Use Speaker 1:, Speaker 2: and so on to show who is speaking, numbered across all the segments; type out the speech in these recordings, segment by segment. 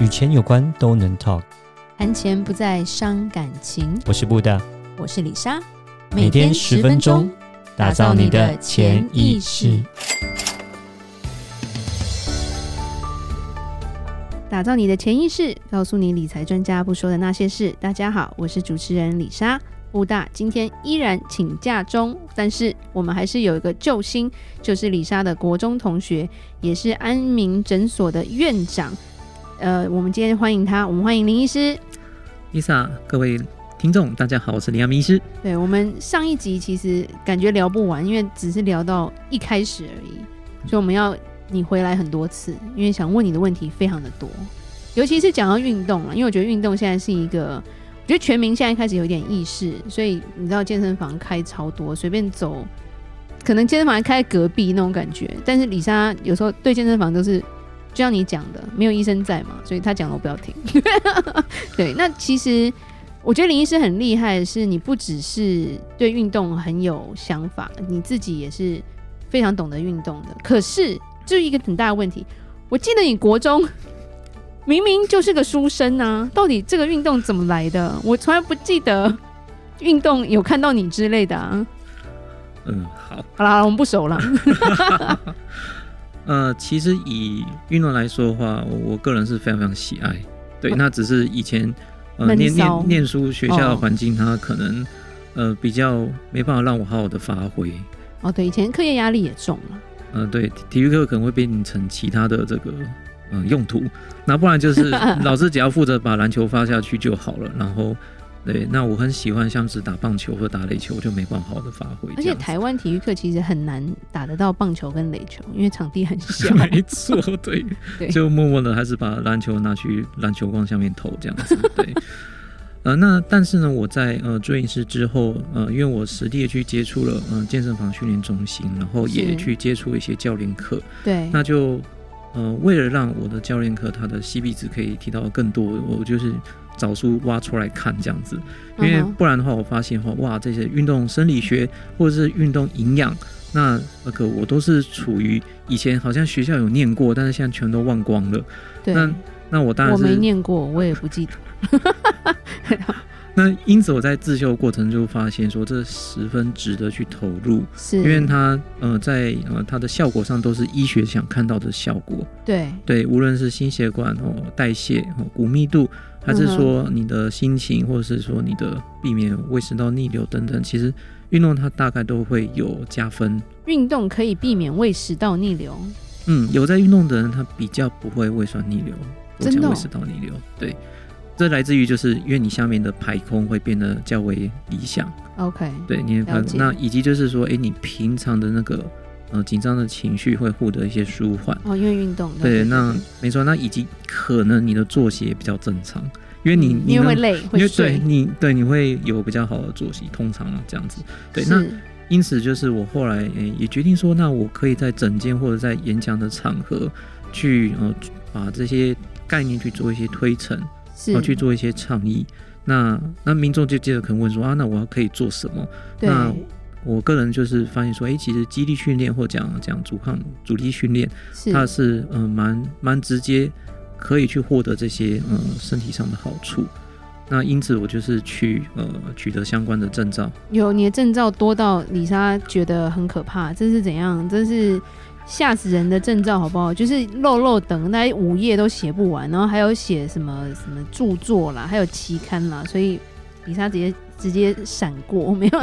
Speaker 1: 与钱有关都能 talk。
Speaker 2: 谈钱不再伤感情。
Speaker 1: 我是布大，
Speaker 2: 我是李莎，
Speaker 1: 每天十分钟，打造你的潜意识，
Speaker 2: 打造你的潜意识，告诉你理财专家不说的那些事。大家好，我是主持人李莎。布大今天依然请假中，但是我们还是有一个救星，就是李莎的国中同学，也是安民诊所的院长。呃，我们今天欢迎他，我们欢迎林医师。
Speaker 3: Lisa，各位听众，大家好，我是林阳明医师。
Speaker 2: 对我们上一集其实感觉聊不完，因为只是聊到一开始而已，所以我们要你回来很多次，因为想问你的问题非常的多，尤其是讲到运动了，啊因为我觉得运动现在是一个，我觉得全民现在开始有点意识，所以你知道健身房开超多，随便走，可能健身房还开在隔壁那种感觉，但是李莎有时候对健身房都是。就像你讲的，没有医生在嘛，所以他讲的我不要听。 对，那其实我觉得林医师很厉害，的是你不只是对运动很有想法，你自己也是非常懂得运动的。可是，这一个很大的问题，我记得你国中 明明就是个书生啊，到底这个运动怎么来的？我从来不记得运动有看到你之类的啊。
Speaker 3: 嗯，好。
Speaker 2: 好啦，我们不熟 了。
Speaker 3: 呃，其实以运动来说的话，我我个人是非常非常喜爱。对，那只是以前呃
Speaker 2: 哦闷
Speaker 3: 念
Speaker 2: 骚
Speaker 3: 念念书学校
Speaker 2: 哦
Speaker 3: 的环境，它可能呃比较没办法让我好好的发挥。
Speaker 2: 哦，对，以前课业压力也重啊了。
Speaker 3: 嗯，对，体体育课可能会变成其他的这个嗯、呃用途，那不然就是 老师只要负责把篮球发下去就好了。然后，对，那我很喜欢像是打棒球或打垒球，我就没办法好好的发挥。
Speaker 2: 而
Speaker 3: 这
Speaker 2: 且
Speaker 3: 样子。
Speaker 2: 台湾体育课其实很难打得到棒球跟垒球，因为场地很小
Speaker 3: 没错，哦对，
Speaker 2: 对
Speaker 3: 就默默的还是把篮球拿去篮球框下面投这样 子，对。呃，那但是呢，我在呃追影师之后，呃，因为我实地地去接触了嗯、呃健身房训练中心，然后
Speaker 2: 是
Speaker 3: 也去接触一些教练课，
Speaker 2: 对，
Speaker 3: 那就呃为了让我的教练课它的 CP 值可以提到更多，我就是找书挖出来看这样子，因为
Speaker 2: 嗯哼
Speaker 3: 不然的话，我发现的话，哇，这些运动生理学或者是运动营养，那那个我都是处于以前好像学校有念过，但是现在全都忘光了。
Speaker 2: 对，
Speaker 3: 那那我当然
Speaker 2: 我没
Speaker 3: 是
Speaker 2: 念过，我也不记得。
Speaker 3: 那，因此我在自修的过程就发现说，这十分值得去投入，
Speaker 2: 是，
Speaker 3: 因为它呃在呃它的效果上都是医学想看到的效果，
Speaker 2: 对
Speaker 3: 对，无论是心血管哦代谢哦骨密度，还是
Speaker 2: 嗯
Speaker 3: 说你的心情，或者是说你的避免胃食道逆流等等，其实运动它大概都会有加分。
Speaker 2: 运动可以避免胃食道逆流，
Speaker 3: 嗯，有在运动的人，他比较不会胃酸逆流，或
Speaker 2: 真的
Speaker 3: 者
Speaker 2: 哦
Speaker 3: 胃食道逆流。对，这来自于就是因为你下面的排空会变得较为理想，
Speaker 2: OK，
Speaker 3: 对，你的排
Speaker 2: 了解
Speaker 3: 空，那以及就是说，哎，你平常的那个呃紧张的情绪会获得一些舒缓。
Speaker 2: 哦，因为运动，
Speaker 3: 对，那没错，那以及可能你的作息也比较正常，因为你、
Speaker 2: 嗯
Speaker 3: 你
Speaker 2: 因为
Speaker 3: 能
Speaker 2: 会累
Speaker 3: 因
Speaker 2: 会
Speaker 3: 为对
Speaker 2: 睡，
Speaker 3: 你对你会有比较好的作息，通常啊这样子。对，
Speaker 2: 是
Speaker 3: 那因此就是我后来诶、也决定说，那我可以在整间或者在演讲的场合去呃把这些概念去做一些推陈，然后
Speaker 2: 是
Speaker 3: 去做一些倡议。那那民众就接着可能问说啊，那我要可以做什么？
Speaker 2: 对
Speaker 3: 那我个人就是发现说，诶、其实激励训练或讲讲阻抗阻力训练，
Speaker 2: 是
Speaker 3: 它是嗯蛮蛮直接，可以去获得这些呃身体上的好处。那因此我就是去呃取得相关的证照。
Speaker 2: 有你的证照多到李莎觉得很可怕，这是怎样？这是吓死人的证照，好不好？就是漏漏等那五页都写不完，然后还有写什么什么著作啦，还有期刊啦，所以李莎直接直接闪过，没有。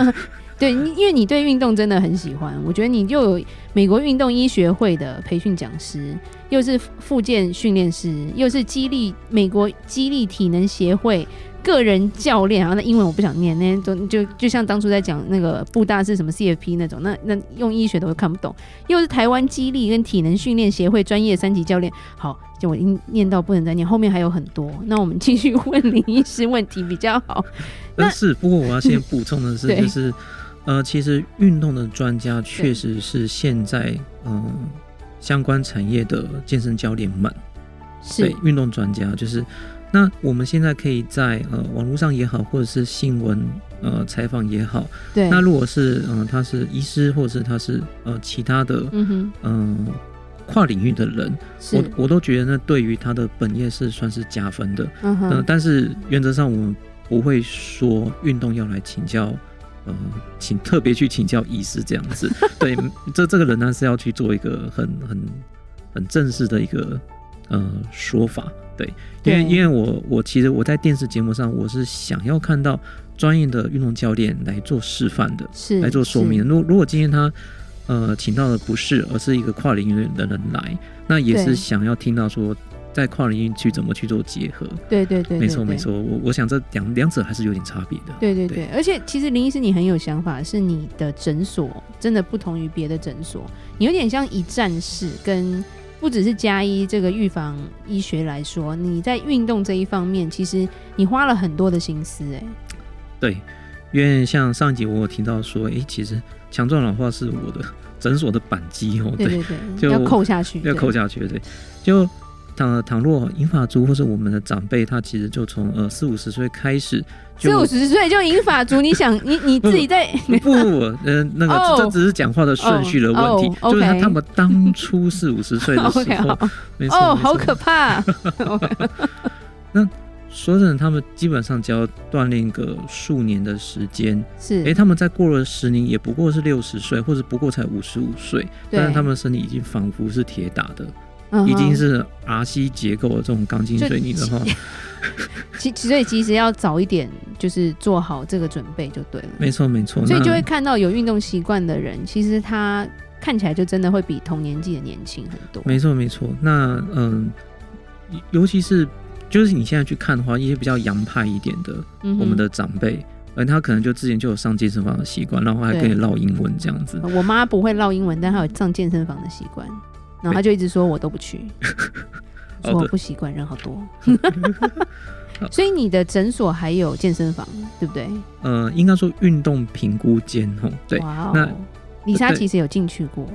Speaker 2: 对，你因为你对运动真的很喜欢，我觉得你又有美国运动医学会的培训讲师，又是复健训练师，又是激励美国激励体能协会个人教练，然后那英文我不想念，那都就就像当初在讲那个布大是什么 CFP 那种，那那用医学的我看不懂，又是台湾激励跟体能训练协会专业三级教练，好，就我已经念到不能再念，后面还有很多，那我们继续问林医师问题比较 好，那
Speaker 3: 但是不过我要先补充的 是，
Speaker 2: 对
Speaker 3: 就是呃，其实运动的专家确实是现在嗯、呃相关产业的健身教练们，
Speaker 2: 是
Speaker 3: 对运动专家就是。那我们现在可以在呃网络上也好，或者是新闻呃采访也好，
Speaker 2: 对，
Speaker 3: 那如果是嗯、呃他是医师，或者是他是呃其他的
Speaker 2: 嗯哼，
Speaker 3: 嗯、跨领域的人，我
Speaker 2: 是，
Speaker 3: 我都觉得那对于他的本业是算是加分的。
Speaker 2: 嗯
Speaker 3: 嗯、
Speaker 2: 哼，
Speaker 3: 但是原则上我们不会说运动要来请教，呃，请特别去请教医师这样 子。对，这这个仍然是要去做一个很很很正式的一个呃说法。对，因为
Speaker 2: 对
Speaker 3: 因为我我其实我在电视节目上我是想要看到专业的运动教练来做示范的，
Speaker 2: 是
Speaker 3: 来做说明。
Speaker 2: 嗯是
Speaker 3: 如如果今天他呃请到的不是，而是一个跨领域的人来，那也
Speaker 2: 对
Speaker 3: 是想要听到说在跨领域去怎么去做结合。
Speaker 2: 对对对，
Speaker 3: 没
Speaker 2: 对
Speaker 3: 错没，错，我我想这两两者还是有点差别的。
Speaker 2: 对对对对，而且其实林医师你很有想法，是你的诊所真的不同于别的诊所，你有点像一站式，跟不只是加医这个预防医学来说，你在运动这一方面，其实你花了很多的心思，哎，
Speaker 3: 对，因为像上一集我有提到说，诶、其实强壮老化是我的诊所的扳机哦，
Speaker 2: 对
Speaker 3: 对，
Speaker 2: 对
Speaker 3: 就
Speaker 2: 对，要扣下去，
Speaker 3: 要扣
Speaker 2: 下，
Speaker 3: 下去，对，就。倘倘若银发族或是我们的长辈，他其实就从呃四五十岁开始就
Speaker 2: 四五十岁就银发族，你想你你自己在
Speaker 3: 不不，呃，那个、
Speaker 2: 哦
Speaker 3: 这只是讲话的顺序的问题
Speaker 2: 哦哦
Speaker 3: 就是他
Speaker 2: OK 哦
Speaker 3: 他们当初四五十岁的时
Speaker 2: OK，
Speaker 3: 候
Speaker 2: 好
Speaker 3: 没错，
Speaker 2: 哦，
Speaker 3: 没
Speaker 2: 好
Speaker 3: 错
Speaker 2: 可怕，哦
Speaker 3: 说真的，他们基本上只要锻炼个数年的时间，
Speaker 2: 是，
Speaker 3: 诶、他们在过了十年，也不过是六十岁，或者不过才五十五岁，
Speaker 2: 对
Speaker 3: 但是他们身体已经仿佛是铁打的，
Speaker 2: 嗯哼
Speaker 3: 已经是 RC 结构的这种钢筋
Speaker 2: 就
Speaker 3: 水泥的话，
Speaker 2: 其所以其实要早一点，就是做好这个准备就对了。
Speaker 3: 没错没错，
Speaker 2: 所以
Speaker 3: 那
Speaker 2: 就会看到有运动习惯的人，其实他看起来就真的会比同年纪的年轻很多。
Speaker 3: 没错没错，那嗯，尤尤其是就是你现在去看的话，一些比较洋派一点的，
Speaker 2: 嗯哼
Speaker 3: 我们的长辈，而他可能就之前就有上健身房的习惯，然后还跟
Speaker 2: 对
Speaker 3: 你唠英文这样子。
Speaker 2: 我妈不会唠英文，但她有上健身房的习惯，然后她就一直说我都不 去，我
Speaker 3: 哦
Speaker 2: 说我
Speaker 3: 对
Speaker 2: 不习惯，人好 多。 所以你的诊所还有健身房，对不对？
Speaker 3: 呃，应该说运动评估间吼，对，
Speaker 2: 哇哦
Speaker 3: 那
Speaker 2: 李莎
Speaker 3: 对
Speaker 2: 其实有进去过，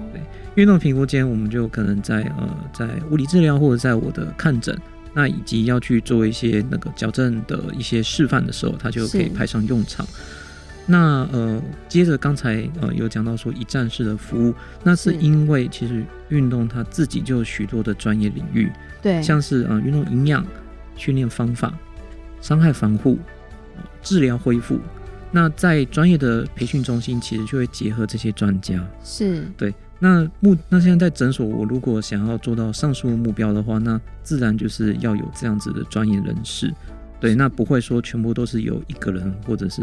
Speaker 3: 运动评估间，我们就可能在呃在物理治疗或者在我的看诊，那以及要去做一些那个矫正的一些示范的时候，它就可以
Speaker 2: 是
Speaker 3: 派上用场。那呃，接着刚才呃有讲到说一站式的服务，那是
Speaker 2: 是
Speaker 3: 因为其实运动它自己就有许多的专业领域，
Speaker 2: 对，
Speaker 3: 像是呃运动营养、训练方法、伤害防护、呃治疗恢复。那在专业的培训中心，其实就会结合这些专家。
Speaker 2: 是
Speaker 3: 那目那现在在诊所，我如果想要做到上述目标的话，那自然就是要有这样子的专业人士。对，那不会说全部都是由一个人，或者是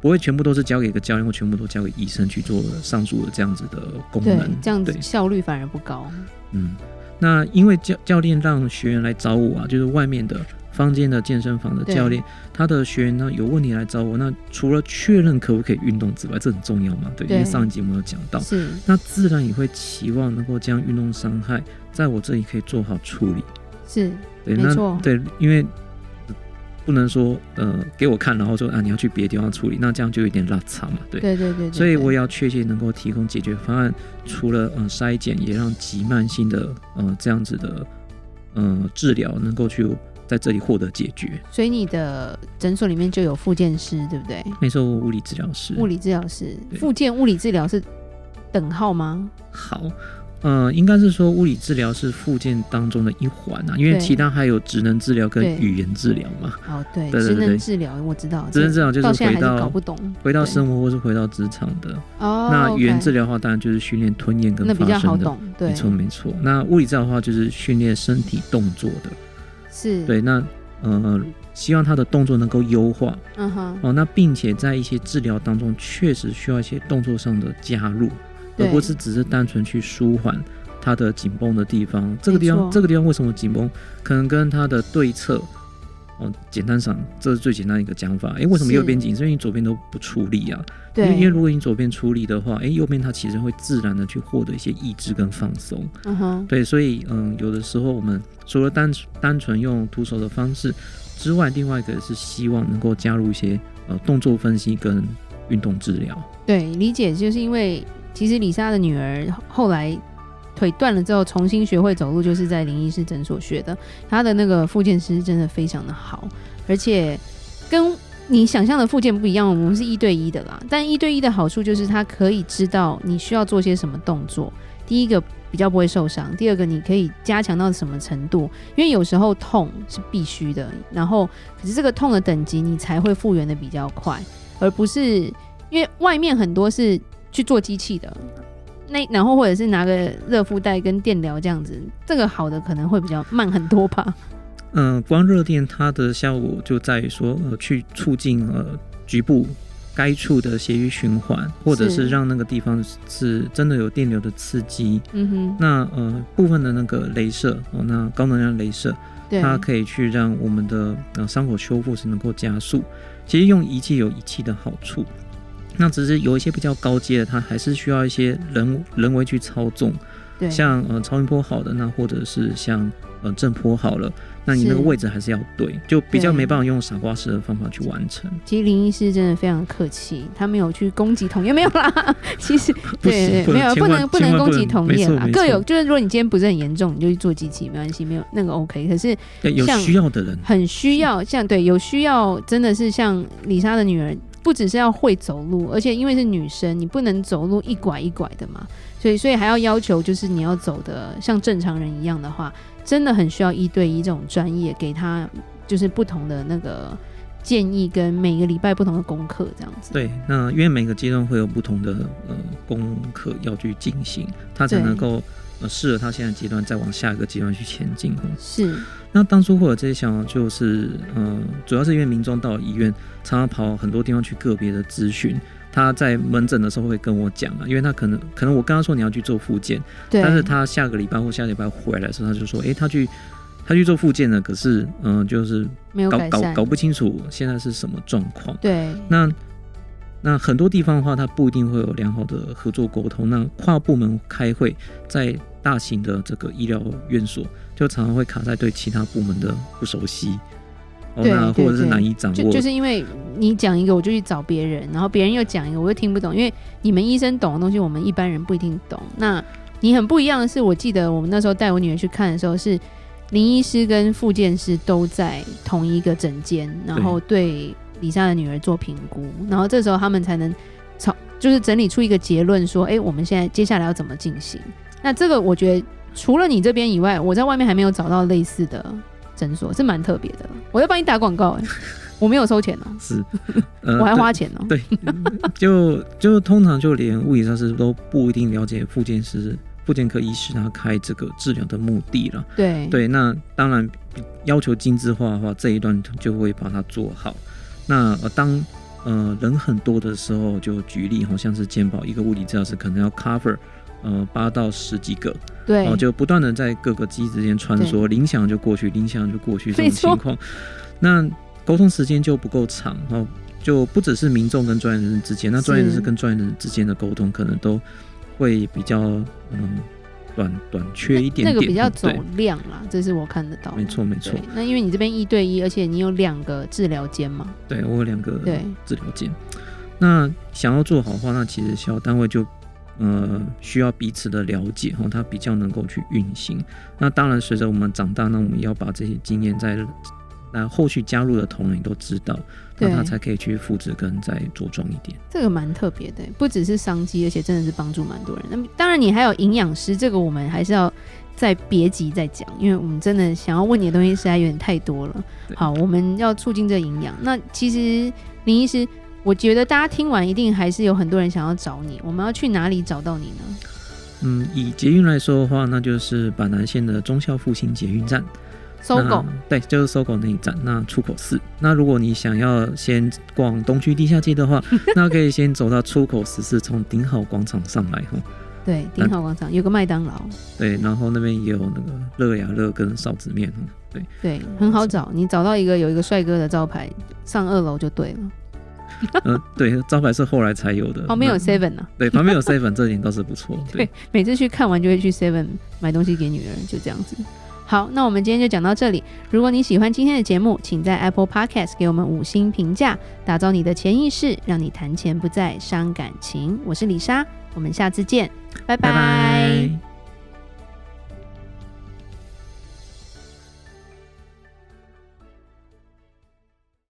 Speaker 3: 不会全部都是交给一个教练，或全部都交给医生去做上述的这样子的功
Speaker 2: 对
Speaker 3: 能。，
Speaker 2: 这样
Speaker 3: 对
Speaker 2: 子效率反而不高。
Speaker 3: 嗯，那因为教教练让学员来找我啊，就是外面的坊间的健身房的
Speaker 2: 对
Speaker 3: 教练，他的学员呢有问题来找我，那除了确认可不可以运动之外，这很重要嘛，对，
Speaker 2: 对
Speaker 3: 因为上一集我们有讲到，
Speaker 2: 是
Speaker 3: 那自然也会期望能够将运动伤害在我这里可以做好处理，
Speaker 2: 是，
Speaker 3: 对，
Speaker 2: 没
Speaker 3: 那
Speaker 2: 错
Speaker 3: 对，因为。不能说呃给我看，然后说啊你要去别的地方处理，那这样就有点拉差嘛，对。
Speaker 2: 对对对对对。
Speaker 3: 所以我也要确切能够提供解决方案，除了嗯筛检，也让急慢性的呃这样子的呃治疗能够去在这里获得解决。
Speaker 2: 所以你的诊所里面就有复健师，对不对？
Speaker 3: 那时候物理治疗师，
Speaker 2: 物理治疗师，
Speaker 3: 对
Speaker 2: 复健物理治疗是等号吗？
Speaker 3: 好，呃，应该是说物理治疗是附件当中的一环啊，因为
Speaker 2: 对
Speaker 3: 其他还有职能治疗跟
Speaker 2: 对
Speaker 3: 语言治疗嘛。
Speaker 2: 哦，对，
Speaker 3: 对对
Speaker 2: 职能
Speaker 3: 对对
Speaker 2: 治疗我知道，
Speaker 3: 职能治疗就
Speaker 2: 这到
Speaker 3: 是
Speaker 2: 现在还
Speaker 3: 回到
Speaker 2: 是搞不懂。
Speaker 3: 回到
Speaker 2: 对
Speaker 3: 生活或是回到职场的，
Speaker 2: 哦，
Speaker 3: 那语言治
Speaker 2: 疗
Speaker 3: 疗的话，当然就是训练吞咽跟
Speaker 2: 那比
Speaker 3: 发
Speaker 2: 较好
Speaker 3: 声的，
Speaker 2: 懂，对，
Speaker 3: 没错没错。那物理治疗的话，就是训练身体动作的。
Speaker 2: 是，
Speaker 3: 对，，那呃，希望他的动作能够优化
Speaker 2: 嗯哼，
Speaker 3: 哦。那并且在一些治疗当中，确实需要一些动作上的加入，而
Speaker 2: 对
Speaker 3: 不是只是单纯去舒缓他的紧绷的地方。这个地
Speaker 2: 没
Speaker 3: 方，
Speaker 2: 错
Speaker 3: 这个地方为什么紧绷？可能跟他的对侧哦，简单上这是最简单的一个讲法。诶，为什么
Speaker 2: 是
Speaker 3: 右边紧？是因为你左边都不出力啊。因为因为
Speaker 2: 对，
Speaker 3: 如果你左边出力的话，诶，右边它其实会自然的去获得一些抑制跟放松。
Speaker 2: 嗯哼，
Speaker 3: 对，所以嗯，有的时候我们除了单单纯用徒手的方式之外，另外一个是希望能够加入一些呃动作分析跟运动治疗。
Speaker 2: 对，理解就是因为其实李莎的女儿后来。腿断了之后，重新学会走路，就是在林医师诊所学的。她的那个复健师真的非常的好，而且跟你想象的复健不一样，我们是一对一的啦。但一对一的好处就是他可以知道你需要做些什么动作，第一个比较不会受伤，第二个你可以加强到什么程度？因为有时候痛是必须的，然后可是这个痛的等级你才会复原的比较快，而不是因为外面很多是去做机器的。那然后或者是拿个热敷袋跟电疗这样子，这个好的可能会比较慢很多吧。
Speaker 3: 嗯、光热电它的效果就在于说，呃，去促进呃局部该处的血液循环，或者
Speaker 2: 是
Speaker 3: 是让那个地方是真的有电流的刺激。
Speaker 2: 嗯哼，
Speaker 3: 那呃部分的那个镭射哦，那高能量镭射，
Speaker 2: 对，
Speaker 3: 它可以去让我们的呃伤口修复是能够加速。其实用仪器有仪器的好处，那只是有一些比较高阶的，它还是需要一些人人为去操纵。
Speaker 2: 对，
Speaker 3: 像呃超音波好的，那或者是像呃震波好了，那你那个
Speaker 2: 是
Speaker 3: 位置还是要对，就比较
Speaker 2: 对
Speaker 3: 没办法用傻瓜式的方法去完成。
Speaker 2: 其实林医师真的非常客气，他没有去攻击同业，没有 啦。其实
Speaker 3: 不
Speaker 2: 对对，
Speaker 3: 行 不
Speaker 2: 没有
Speaker 3: 能
Speaker 2: 不能
Speaker 3: 千
Speaker 2: 能
Speaker 3: 万
Speaker 2: 攻
Speaker 3: 不
Speaker 2: 击
Speaker 3: 能
Speaker 2: 同
Speaker 3: 没
Speaker 2: 业
Speaker 3: 错
Speaker 2: 啦，
Speaker 3: 没
Speaker 2: 各
Speaker 3: 错
Speaker 2: 有就是如果你今天不是很严重，你就去做机器没关系，没有那个 OK。可是
Speaker 3: 对有
Speaker 2: 像
Speaker 3: 需要的人，
Speaker 2: 很需要像对有需要，真的是像李莎的女儿，不只是要会走路，而且因为是女生，你不能走路一拐一拐的嘛，所以所以还要要求就是你要走的像正常人一样的话，真的很需要一对一这种专业给她就是不同的那个建议跟每个礼拜不同的功课这样子。
Speaker 3: 对，那因为每个阶段会有不同的呃功课要去进行，他才
Speaker 2: 对
Speaker 3: 能够呃适合他现在阶段再往下一个阶段去前进。哦
Speaker 2: 是，
Speaker 3: 那当初会有这些想法，就是嗯、呃主要是因为民众到医院常常跑很多地方去个别的咨询。他在门诊的时候会跟我讲啊，因为他可能可能我刚刚说你要去做复健，
Speaker 2: 对，
Speaker 3: 但是他下个礼拜或下礼拜回来的时候，他就说，诶，他去他去做复健了，可是嗯、呃就是
Speaker 2: 没有
Speaker 3: 搞
Speaker 2: 改
Speaker 3: 搞
Speaker 2: 善，
Speaker 3: 搞不清楚现在是什么状况。
Speaker 2: 对，
Speaker 3: 那那很多地方的话，它不一定会有良好的合作沟通。那跨部门开会，在大型的这个医疗院所，就常常会卡在对其他部门的不熟悉，哦，
Speaker 2: 对
Speaker 3: 那
Speaker 2: 对
Speaker 3: 或者是
Speaker 2: 对
Speaker 3: 难以掌
Speaker 2: 就
Speaker 3: 握。
Speaker 2: 就是因为你讲一个，我就去找别人，然后别人又讲一个，我又听不懂，因为你们医生懂的东西，我们一般人不一定懂。那你很不一样的是，我记得我们那时候带我女儿去看的时候是。林医师跟复健师都在同一个诊间，然后对李莎的女儿做评估，然后这时候他们才能草，就是整理出一个结论，说，哎、我们现在接下来要怎么进行？那这个我觉得除了你这边以外，我在外面还没有找到类似的诊所，是蛮特别的。我要帮你打广告、 哎，我没有收钱哦、
Speaker 3: 是， 呃
Speaker 2: 我还花钱哦、
Speaker 3: 对，对就就通常就连物理治疗师都不一定了解复健师、复健科医师他开这个治疗的目的了。
Speaker 2: 对
Speaker 3: 对，那当然要求精致化的话，这一段就会把它做好。那呃，当呃人很多的时候，就举例，好像是健保一个物理治疗师可能要 cover 呃八到十几个，
Speaker 2: 对
Speaker 3: 哦、就不断的在各个机之间穿梭，铃响就过去，铃响就过去这
Speaker 2: 没
Speaker 3: 种
Speaker 2: 错
Speaker 3: 情况，那沟通时间就不够长，哦，就不只是民众跟专业人士之间，那专业人士
Speaker 2: 是
Speaker 3: 跟专业人士之间的沟通可能都会比较嗯短短缺一点点，
Speaker 2: 那个比较走
Speaker 3: 对
Speaker 2: 量啦，这是我看得到的。
Speaker 3: 没错，没错
Speaker 2: 对。，那因为你这边一对一，而且你有两个治疗间嘛，
Speaker 3: 对我有两个
Speaker 2: 对
Speaker 3: 治疗间。那想要做好的话，那其实小单位就呃需要彼此的了解哈，它比较能够去运行。那当然，随着我们长大，那我们也要把这些经验在那后续加入的同仁也都知道，那
Speaker 2: 对
Speaker 3: 他才可以去复制跟再着装一点。
Speaker 2: 这个蛮特别的，不只是商机，而且真的是帮助蛮多人。那么当然，你还有营养师，这个我们还是要再别急再讲，因为我们真的想要问你的东西实在有点太多了。
Speaker 3: 对
Speaker 2: 好，我们要促进这营养。那其实林医师，我觉得大家听完一定还是有很多人想要找你，我们要去哪里找到你呢？
Speaker 3: 嗯，以捷运来说的话，那就是板南线的忠孝复兴捷运站。
Speaker 2: 搜狗
Speaker 3: 那对，就是搜狗那一站，那出口四。那如果你想要先逛东区地下街 的话，那可以先走到出口十四，从顶好广场上来哈。
Speaker 2: 对，鼎好广场有个麦当劳，
Speaker 3: 对，然后那边也有那个乐雅乐跟臊 子面哈。对，
Speaker 2: 对，很好找。你找到一个有一个帅哥的招牌，上二楼就对了。
Speaker 3: 呃，对，招牌是后来才有的。
Speaker 2: 旁边有
Speaker 3: 那
Speaker 2: Seven 啊，
Speaker 3: 对，旁边有 seven，这点倒是不错。对
Speaker 2: 对，每次去看完就会去 Seven 买东西给女儿，就这样子。好，那我们今天就讲到这里。如果你喜欢今天的节目，请在 Apple Podcast 给我们五星评价，打造你的潜意识，让你谈钱不再伤感情。我是李莎，我们下次见，拜拜
Speaker 3: 拜拜